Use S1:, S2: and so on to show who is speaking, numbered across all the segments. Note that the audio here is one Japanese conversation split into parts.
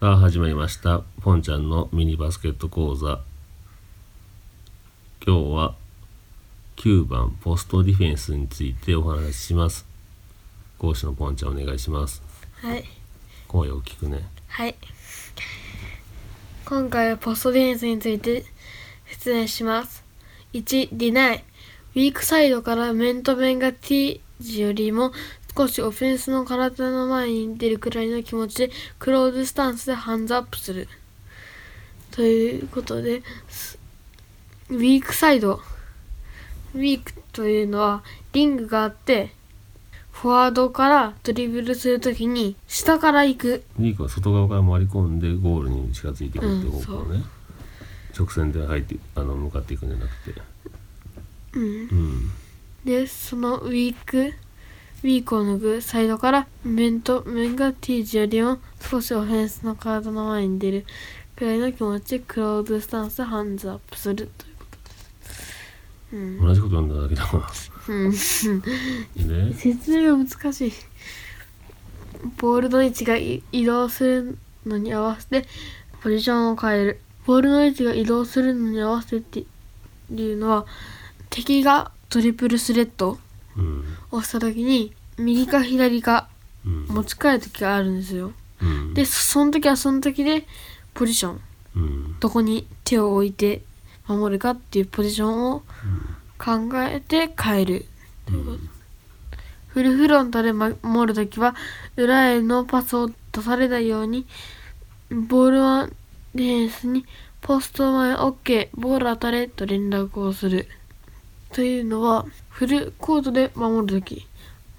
S1: さあ始まりましたポンちゃんのミニバスケット講座今日は9番ポストディフェンスについてお話しします講師のポンちゃんお願いします
S2: はい
S1: 声を聞くね
S2: はい今回はポストディフェンスについて説明します1ディナイウィークサイドから面と面が T 字よりも少しオフェンスの体の前に出るくらいの気持ちでクローズスタンスでハンズアップするということですウィークサイドウィークというのはリングがあってフォワードからドリブルするときに下から行く
S1: リークは外側から回り込んでゴールに近づいていくっていう方向ね、直線で入ってあの向かっていくんじゃなくて
S2: うん、
S1: うん
S2: でそのウィークウィークを脱ぐサイドから面と面が T 字よりも少しオフェンスの体の前に出るくらいの気持ちでクローズスタンスでハンズアップするということです。
S1: 同じこと読んだだけだ か
S2: うん、うん、
S1: らで
S2: 説明が難しいボールの位置がい移動するのに合わせてポジションを変えるボールの位置が移動するのに合わせてっていうのは敵がトリプルスレッド
S1: うん
S2: 押した時に右か左か
S1: うん
S2: 持ち替える時があるんですよ
S1: うん
S2: でその時はその時でポジション
S1: うん
S2: どこに手を置いて守るかっていうポジションを考えて変える
S1: うん
S2: フルフロントで守る時は裏へのパスを出されないようにボールはディフェンスにポスト前 OK ボール当たれと連絡をするというのはフルコートで守る時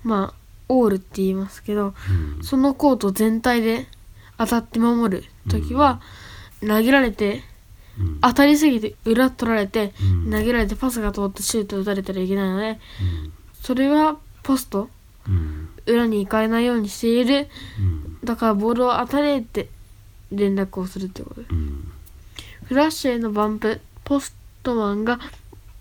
S2: まあオールって言いますけど
S1: うん
S2: そのコート全体で当たって守る時は、投げられて
S1: うん
S2: 当たりすぎて裏取られて、
S1: うん
S2: 投げられてパスが通ってシュート打たれたらいけないので
S1: うん
S2: それはポスト
S1: うん
S2: 裏に行かれないようにしている
S1: うん
S2: だからボールを当たれって連絡をするってことで
S1: うん
S2: フラッシュへのバンプポストマンが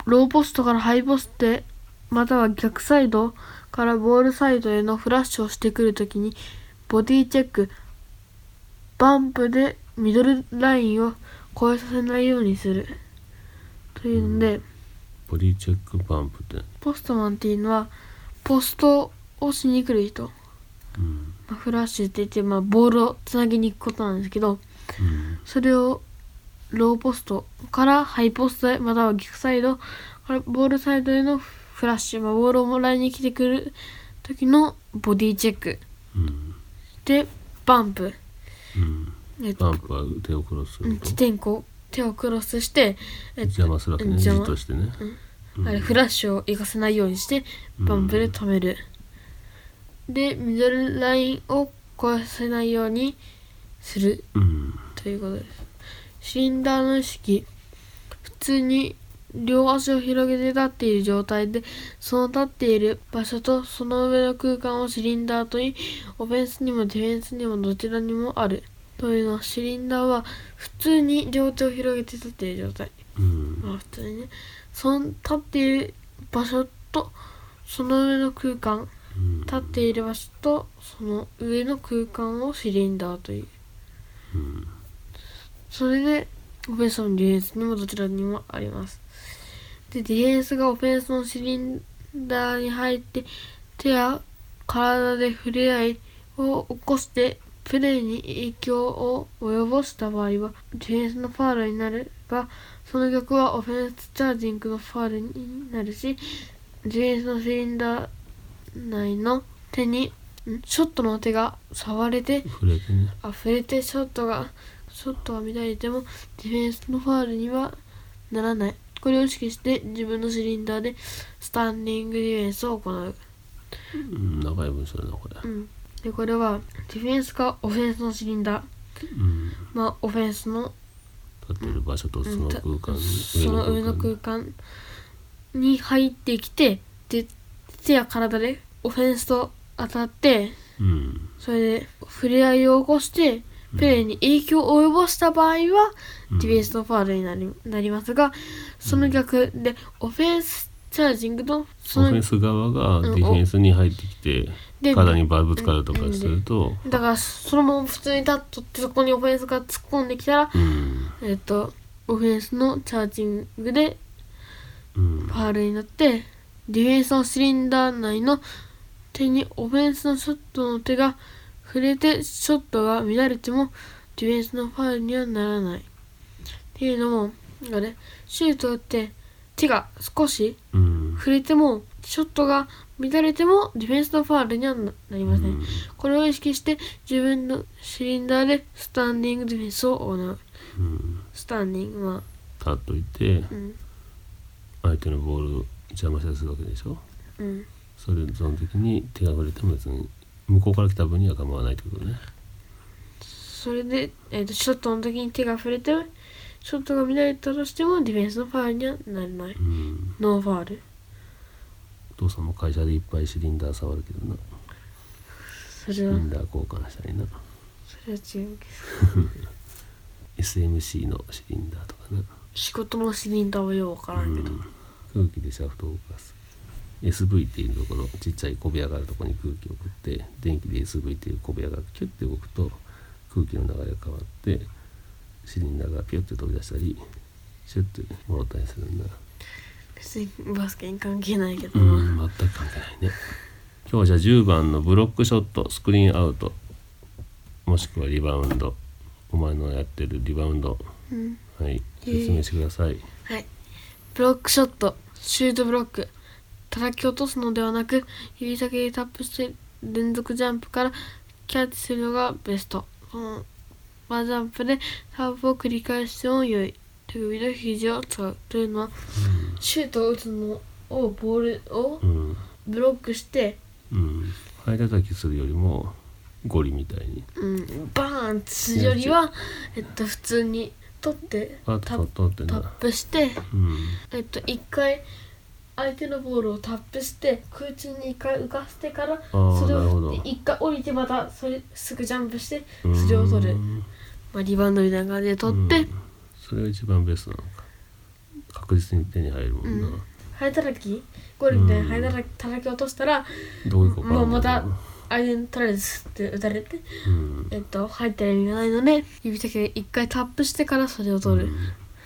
S2: ローポストからハイポストへまたは逆サイドからボールサイドへのフラッシュをしてくるときにボディチェックバンプでミドルラインを越えさせないようにするというので、
S1: ボディチェックパンプって、
S2: ポストマンっていうのはポストをしに来る人、
S1: うん
S2: まあフラッシュって言って、まあ、ボールをつなぎに行くことなんですけど
S1: うん
S2: それをローポストからハイポストへまたは逆サイドからボールサイドへのフラッシュ、まあ、ボールをもらいに来てくる時のボディチェック
S1: うん
S2: でバンプ、
S1: うん、
S2: えっ
S1: パ
S2: と
S1: ンプは手をクロスす
S2: う
S1: る
S2: ん
S1: と
S2: 地点こう手をクロスして、えっ
S1: 邪
S2: と
S1: 魔するわけねじ
S2: 邪魔
S1: としてね、
S2: あれフラッシュを行かせないようにして
S1: うん
S2: バンプで止める、でミドルラインを越させないようにする
S1: うん
S2: ということですシンダーの意識普通に両足を広げて立っている状態でその立っている場所とその上の空間をシリンダーといいオフェンスにもディフェンスにもどちらにもあるというのはシリンダーは普通に両手を広げて立っている状態
S1: うん
S2: まあ普通にねその立っている場所とその上の空間
S1: うん
S2: 立っている場所とその上の空間をシリンダーという
S1: うん
S2: それでオフェンスもディフェンスにもどちらにもありますでディフェンスがオフェンスのシリンダーに入って手や体で触れ合いを起こしてプレーに影響を及ぼした場合はディフェンスのファールになるがその逆はオフェンスチャージングのファールになるしディフェンスのシリンダー内の手にんショットの手が触れて
S1: 触れてね
S2: 溢れてショットがショットは乱れてもディフェンスのファールにはならないこれを意識して自分のシリンダーでスタンディングディフェンスを行う、
S1: うん長い文章だなこれ
S2: うん、でこれはディフェンスかオフェンスのシリンダー
S1: うん
S2: まあオフェンスの
S1: 立っている場所とその空間、
S2: うんその上の空
S1: 間
S2: 間に入ってきてで手や体でオフェンスと当たって
S1: うん
S2: それで触れ合いを起こしてプレーに影響を及ぼした場合は
S1: うん
S2: ディフェンスのファールになりなりますがその逆でオフェンスチャージングと
S1: オ
S2: そ
S1: フェ
S2: の
S1: ンス側がディフェンスに入ってきて、
S2: で
S1: 体にぶつかるとかすると、
S2: だからそのまま普通に立っとってそこにオフェンスが突っ込んできたら、
S1: うん、
S2: えっとオフェンスのチャージングで
S1: うん
S2: フ、ァールになってディフェンスのシリンダー内の手にオフェンスのショットの手が触れてショットが乱れてもディフェンスのファールにはならないっていうのもなんかねシュートって手が少し
S1: うん、
S2: 触れてもショットが乱れてもディフェンスのファールにはななりません、これを意識して自分のシリンダーでスタンディングディフェンスを行う
S1: うん、
S2: スタンディングは、
S1: 立っといて
S2: うん
S1: 相手のボールを邪魔したりするわけでしょ
S2: うん
S1: それその時に手が触れても別に向こうから来た分には構わないってことね
S2: それで、えー、とショットの時に手が触れてショットが乱れたとしてもディフェンスのファウルにはならない
S1: うん
S2: ノーファウル
S1: お父さんも会社でいっぱいシリンダー触るけどな
S2: それ
S1: シリ
S2: は
S1: ンダー交換したりな
S2: それは違うけど
S1: SMC のシリンダーとかな
S2: 仕事のシリンダーはようわからんけど、
S1: うん、空気でシャフトを動かす SV っていうところちっちゃい小部屋があるところに空気を送って電気で SV っていう小部屋がキュッて動くと空気の流れが変わってシリンダーがピュッて飛び出したりシュッて戻ったりするんだ
S2: 別にバスケに関係ないけど
S1: う
S2: な、
S1: ん全く関係ないね今日はじゃあ10番のブロックショットスクリーンアウトもしくはリバウンドお前のやってるリバウンド
S2: うん
S1: はい
S2: えー
S1: 説明してください、
S2: はい。ブロックショット、シュートブロック、叩き落とすのではなく、指先でタップして連続ジャンプからキャッチするのがベスト。このバージャンプでタープを繰り返しても良い。手首と肘を使うというのは、シュートを打つのをボールを
S1: うん
S2: ブロックして、
S1: うん、ハイ叩きするよりもゴリみたいに
S2: うん、バーンってするよりは、えっと、普通に取って
S1: パ
S2: タ
S1: ッ
S2: ッ
S1: と取って
S2: タッ
S1: な
S2: プして、
S1: うん
S2: えっと、一回相手のボールをタップして空中に一回浮かせてから
S1: ー
S2: それ
S1: なるほ
S2: を
S1: ど
S2: 一回降りてまたそれすぐジャンプしてそれを取る
S1: う、ん
S2: まあ、リバウンドみたいな感じで取って、
S1: うんそれが一番ベストなのか確実に手に入るもんな、
S2: うハエたたきゴールみたいなハエたたき叩き落としたら
S1: どういうことか
S2: まあまた相手に取られずって打たれて、
S1: うん
S2: えっと、入ったら意味がないので指先で一回タップしてからそれを取る、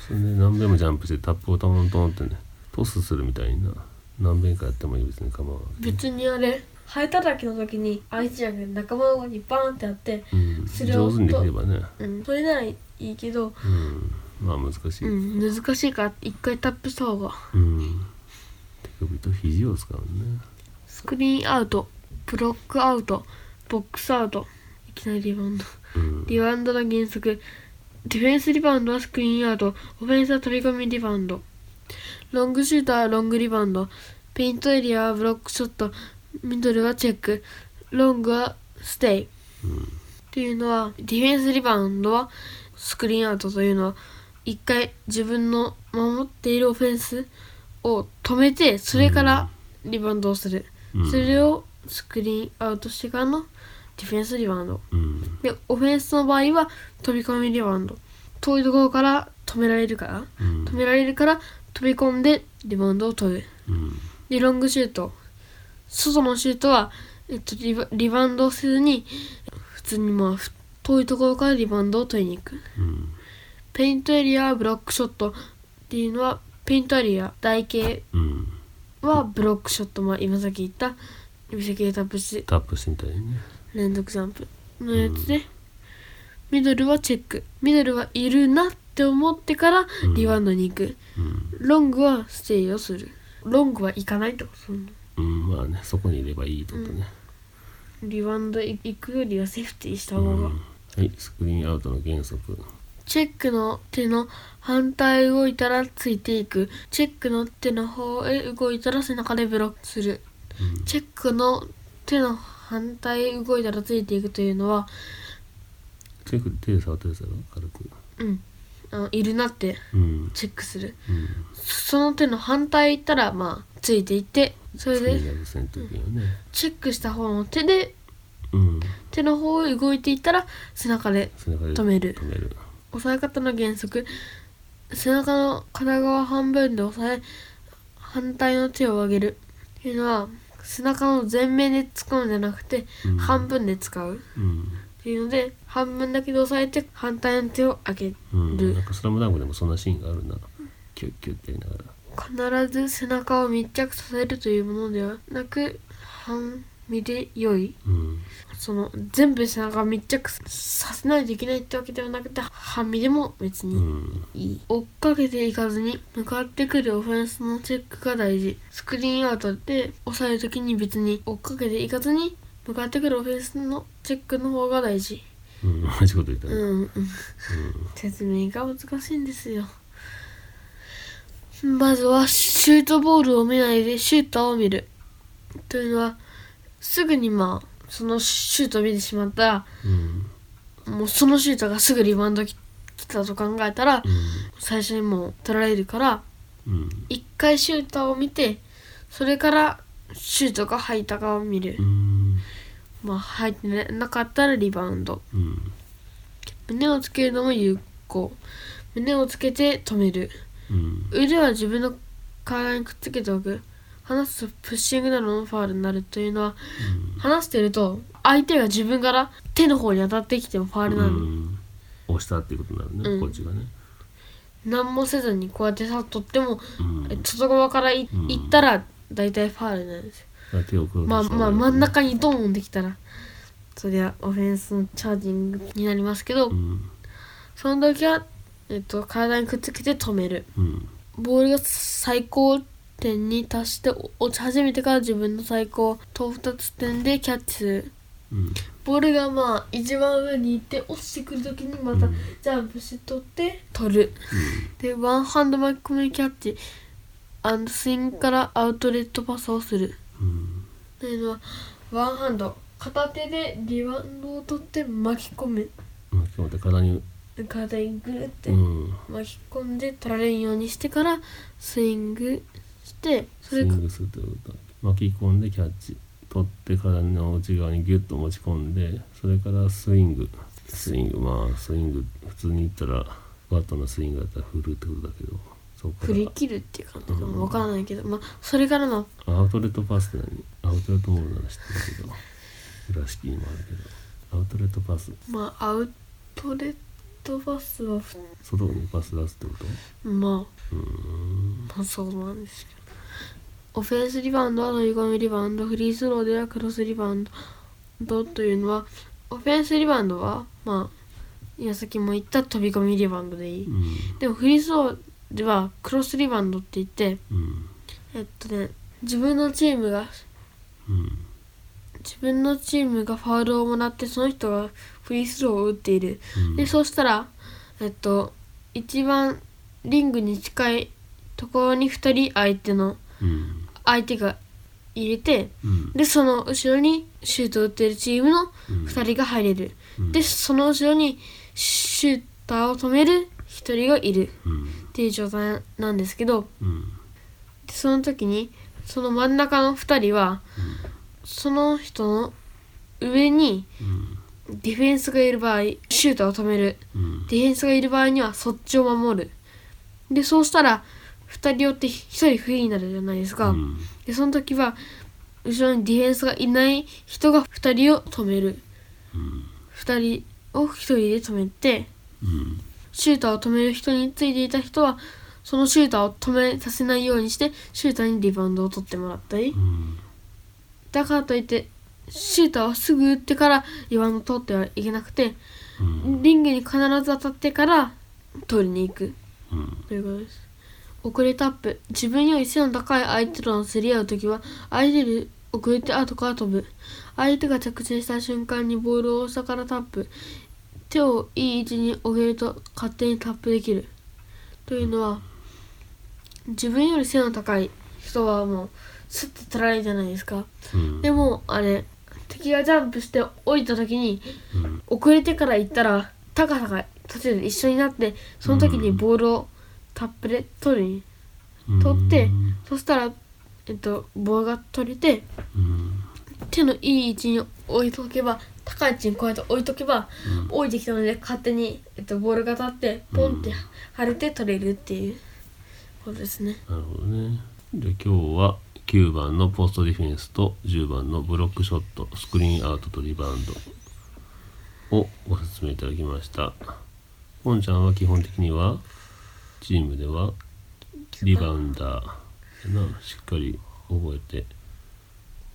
S1: それで何遍もジャンプしてタップをトントンってねトスするみたいにな何遍かやっても別に構わない、
S2: 別にあれハエたたきの時に相手じゃなくて仲間の方にバーンってやって、
S1: うん、
S2: それを
S1: 上手にできればね、
S2: うん、それならいいけど、
S1: うん、まあ難しい、
S2: うん、難しいから一回タップした方が
S1: うん手首と肘を使うね
S2: スクリーンアウトブロックアウトボックスアウトいきなりリバウンド
S1: うん
S2: リバウンドの原則ディフェンスリバウンドはスクリーンアウトオフェンスは取り込みリバウンドロングシューターはロングリバウンドペイントエリアはブロックショットミドルはチェックロングはステイ
S1: うん
S2: っていうのはディフェンスリバウンドはスクリーンアウトというのは一回自分の守っているオフェンスを止めてそれからリバウンドをする、
S1: うん
S2: それをスクリーンアウトしてからのディフェンスリバウンド
S1: うん
S2: でオフェンスの場合は飛び込みリバウンド遠いところから止められるから
S1: うん
S2: 止められるから飛び込んでリバウンドを取る
S1: うん
S2: でロングシュート外のシュートは、えっと、リバリバウンドをせずに普通にまあふ遠いところからリバウンドを取りに行く
S1: うん
S2: ペイントエリアはブロックショットっていうのはペイントエリア台形
S1: うん
S2: はブロックショット、まあ、今さっき言った指先でタップして
S1: タップしてみたいにね
S2: 連続ジャンプのやつで、ミドルはチェックミドルはいるなって思ってから
S1: うん
S2: リバウンドに行く、
S1: うん、
S2: ロングはステイをするロングは行かないってこと
S1: うん、まあねそこにいればいいってことね、
S2: リバウンド行くよりはセーフティーした
S1: う
S2: 方が、
S1: んはいスクリーンアウトの原則
S2: チェックの手の反対動いたらついていくチェックの手の方へ動いたら背中でブロックする
S1: うん
S2: チェックの手の反対へ動いたらついていくというのは
S1: チェック手で触ってるやつだろ軽く
S2: うんあのいるなって
S1: うん
S2: チェックする
S1: うん
S2: その手の反対行ったらまあついていってそれ
S1: スクリーン
S2: で
S1: アウトせんときはね
S2: チェックした方の手で
S1: うん
S2: 手の方へ動いていったら背中で
S1: 背中で
S2: 止める
S1: 止める
S2: 押さえ方の原則背中の片側半分で押さえ反対の手を上げるというのは背中の前面で突っ込むんじゃなくて、
S1: うん
S2: 半分で使う
S1: うん
S2: っていうので半分だけで押さえて反対の手を上げる、
S1: うん、なんか「スラムダンクでもそんなシーンがあるなキュッキュッてやりながら
S2: 必ず背中を密着させるというものではなく半身で良い
S1: うん
S2: その全部背中を密着させないといけないってわけではなくて半身でも別
S1: う
S2: に
S1: ん
S2: いい、追っかけていかずに向かってくるオフェンスのチェックが大事スクリーンアウトで抑えるときに別に追っかけていかずに向かってくるオフェンスのチェックの方が大事
S1: うん同じこと言ったね
S2: うんうん説明が難しいんですよまずはシュートボールを見ないでシューターを見るというのはすぐにまあそのシュートを見てしまった
S1: うん
S2: らもうそのシュートがすぐリバウンドき来たと考えたら
S1: うん
S2: 最初にもう取られるから
S1: うん
S2: 一回シューターを見てそれからシュートが入ったかを見る
S1: う、ん
S2: まあ入ってなかったらリバウンド
S1: うん
S2: 胸をつけるのも有効胸をつけて止める
S1: うん
S2: 腕は自分の体にくっつけておく離すとプッシングなどのファウルになるというのは離してると相手が自分から手の方に当たってきてもファウルな
S1: う
S2: の、ん、
S1: ん押したっていうことになるね、
S2: うん
S1: こっちがね
S2: 何もせずにこうやってさ取っても
S1: うん
S2: え外側からい
S1: うん
S2: 行ったら大体ファウルなんですよ、
S1: 手をクロス
S2: まあ
S1: した
S2: まあ
S1: 方が
S2: 真
S1: いい
S2: ん中にドーンできたらそりゃオフェンスのチャージングになりますけど、
S1: うん
S2: その時は、えっと、体にくっつけて止める
S1: うん
S2: ボールが最高点に達して落ち始めてから自分の最高と2つ点でキャッチする
S1: うん
S2: ボールがまあ一番上に行って落ちてくる時にま
S1: う
S2: た
S1: ん
S2: ジャンプして取って取る、でワンハンド巻き込みキャッチアンドスイングからアウトレットパスをする
S1: うん
S2: というのはワンハンド片手でリバウンドを取って巻き込む
S1: うん今日また体に
S2: 体にぐるって
S1: うん
S2: 巻き込んで取られんようにしてからスイングしてそ
S1: スイ
S2: れか
S1: ングするということ巻き込んでキャッチ取って体の内側にギュッと持ち込んでそれからスイングスイングまあスイング普通に言ったらバットのスイングだったら振るってことだけどそこ
S2: 振り切るっていう感じかな
S1: うん
S2: わからないけどまあそれからの
S1: からアウトレットパスって何アウトレットボールなら知ってるけど倉敷にもあるけどアウトレットパス
S2: まあアウトレットパスはふ
S1: 外にパス出すってこと
S2: ま
S1: うーん
S2: あまあそうなんですけどオフェンスリバウンドは飛び込みリバウンドフリースローではクロスリバウンドというのはオフェンスリバウンドはまあ岩崎も言った飛び込みリバウンドでいい、
S1: うん
S2: でもフリースローではクロスリバウンドって言って
S1: うん
S2: えっとね自分のチームが
S1: うん
S2: 自分のチームがファウルをもらってその人がフリースローを打っている、
S1: うん
S2: でそうしたらえっと一番リングに近いところに2人相手の
S1: うん
S2: 相手が入れて
S1: うん
S2: でその後ろにシュートを打っているチームの
S1: うん
S2: 2人が入れる、
S1: うん
S2: でその後ろにシューターを止める1人がいる
S1: うん
S2: っていう状態なんですけど
S1: うん
S2: でその時にその真ん中の2人はその人の上に
S1: うん
S2: ディフェンスがいる場合シュートを止める
S1: うん
S2: ディフェンスがいる場合にはそっちを守るでそうしたら2人寄って1人不利になるじゃないですか、
S1: うん
S2: でその時は後ろにディフェンスがいない人が2人を止める
S1: うん
S2: 2人を1人で止めて
S1: うん
S2: シューターを止める人についていた人はそのシューターを止めさせないようにしてシューターにリバウンドを取ってもらったり
S1: うん
S2: だからといってシューターをすぐ打ってからリバウンド取ってはいけなくて
S1: うん
S2: リングに必ず当たってから取りに行く
S1: うん
S2: ということです遅れたアップ自分より背の高い相手との競り合う時は相手より遅れて後から飛ぶ相手が着地した瞬間にボールを下からタップ手をいい位置に置けると勝手にタップできるというのは自分より背の高い人はもうスッて取られるじゃないですか
S1: うん
S2: でもあれ敵がジャンプして降りた時に
S1: うん
S2: 遅れてから行ったら高さが途中で一緒になってその時にボールをタップで取るに、取ってそしたら、えっと、ボールが取れて
S1: うん
S2: 手のいい位置に置いとけば高い位置にこうやって置いとけば
S1: うん
S2: 置いてきたので勝手に、えっと、ボールが立ってポンって腫れて取れるっていうことですね。
S1: なるほどねじゃあ今日は9番のポストディフェンスと10番のブロックショットスクリーンアウトとリバウンドをご説明いただきましたポンちゃんは基本的にはチームではリバウンダーやなしっかり覚えて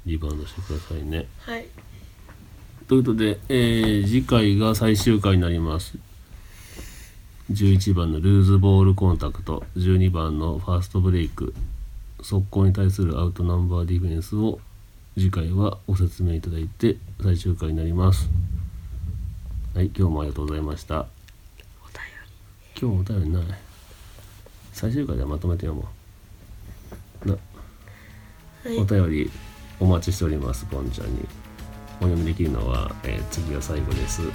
S1: リバウンドしてくださいね
S2: はい
S1: ということで、えー次回が最終回になります11番のルーズボールコンタクト12番のファーストブレイク速攻に対するアウトナンバーディフェンスを次回はご説明いただいて最終回になりますはい今日もありがとうございました
S2: お便り
S1: 今日お便りない最終回ではまとめて読もうな
S2: はい、
S1: お便りお待ちしておりますポンちゃんにお読みできるのは、えー次が最後ですはい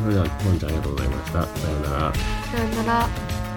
S1: それではポンちゃんありがとうございましたさようなら
S2: さよなら。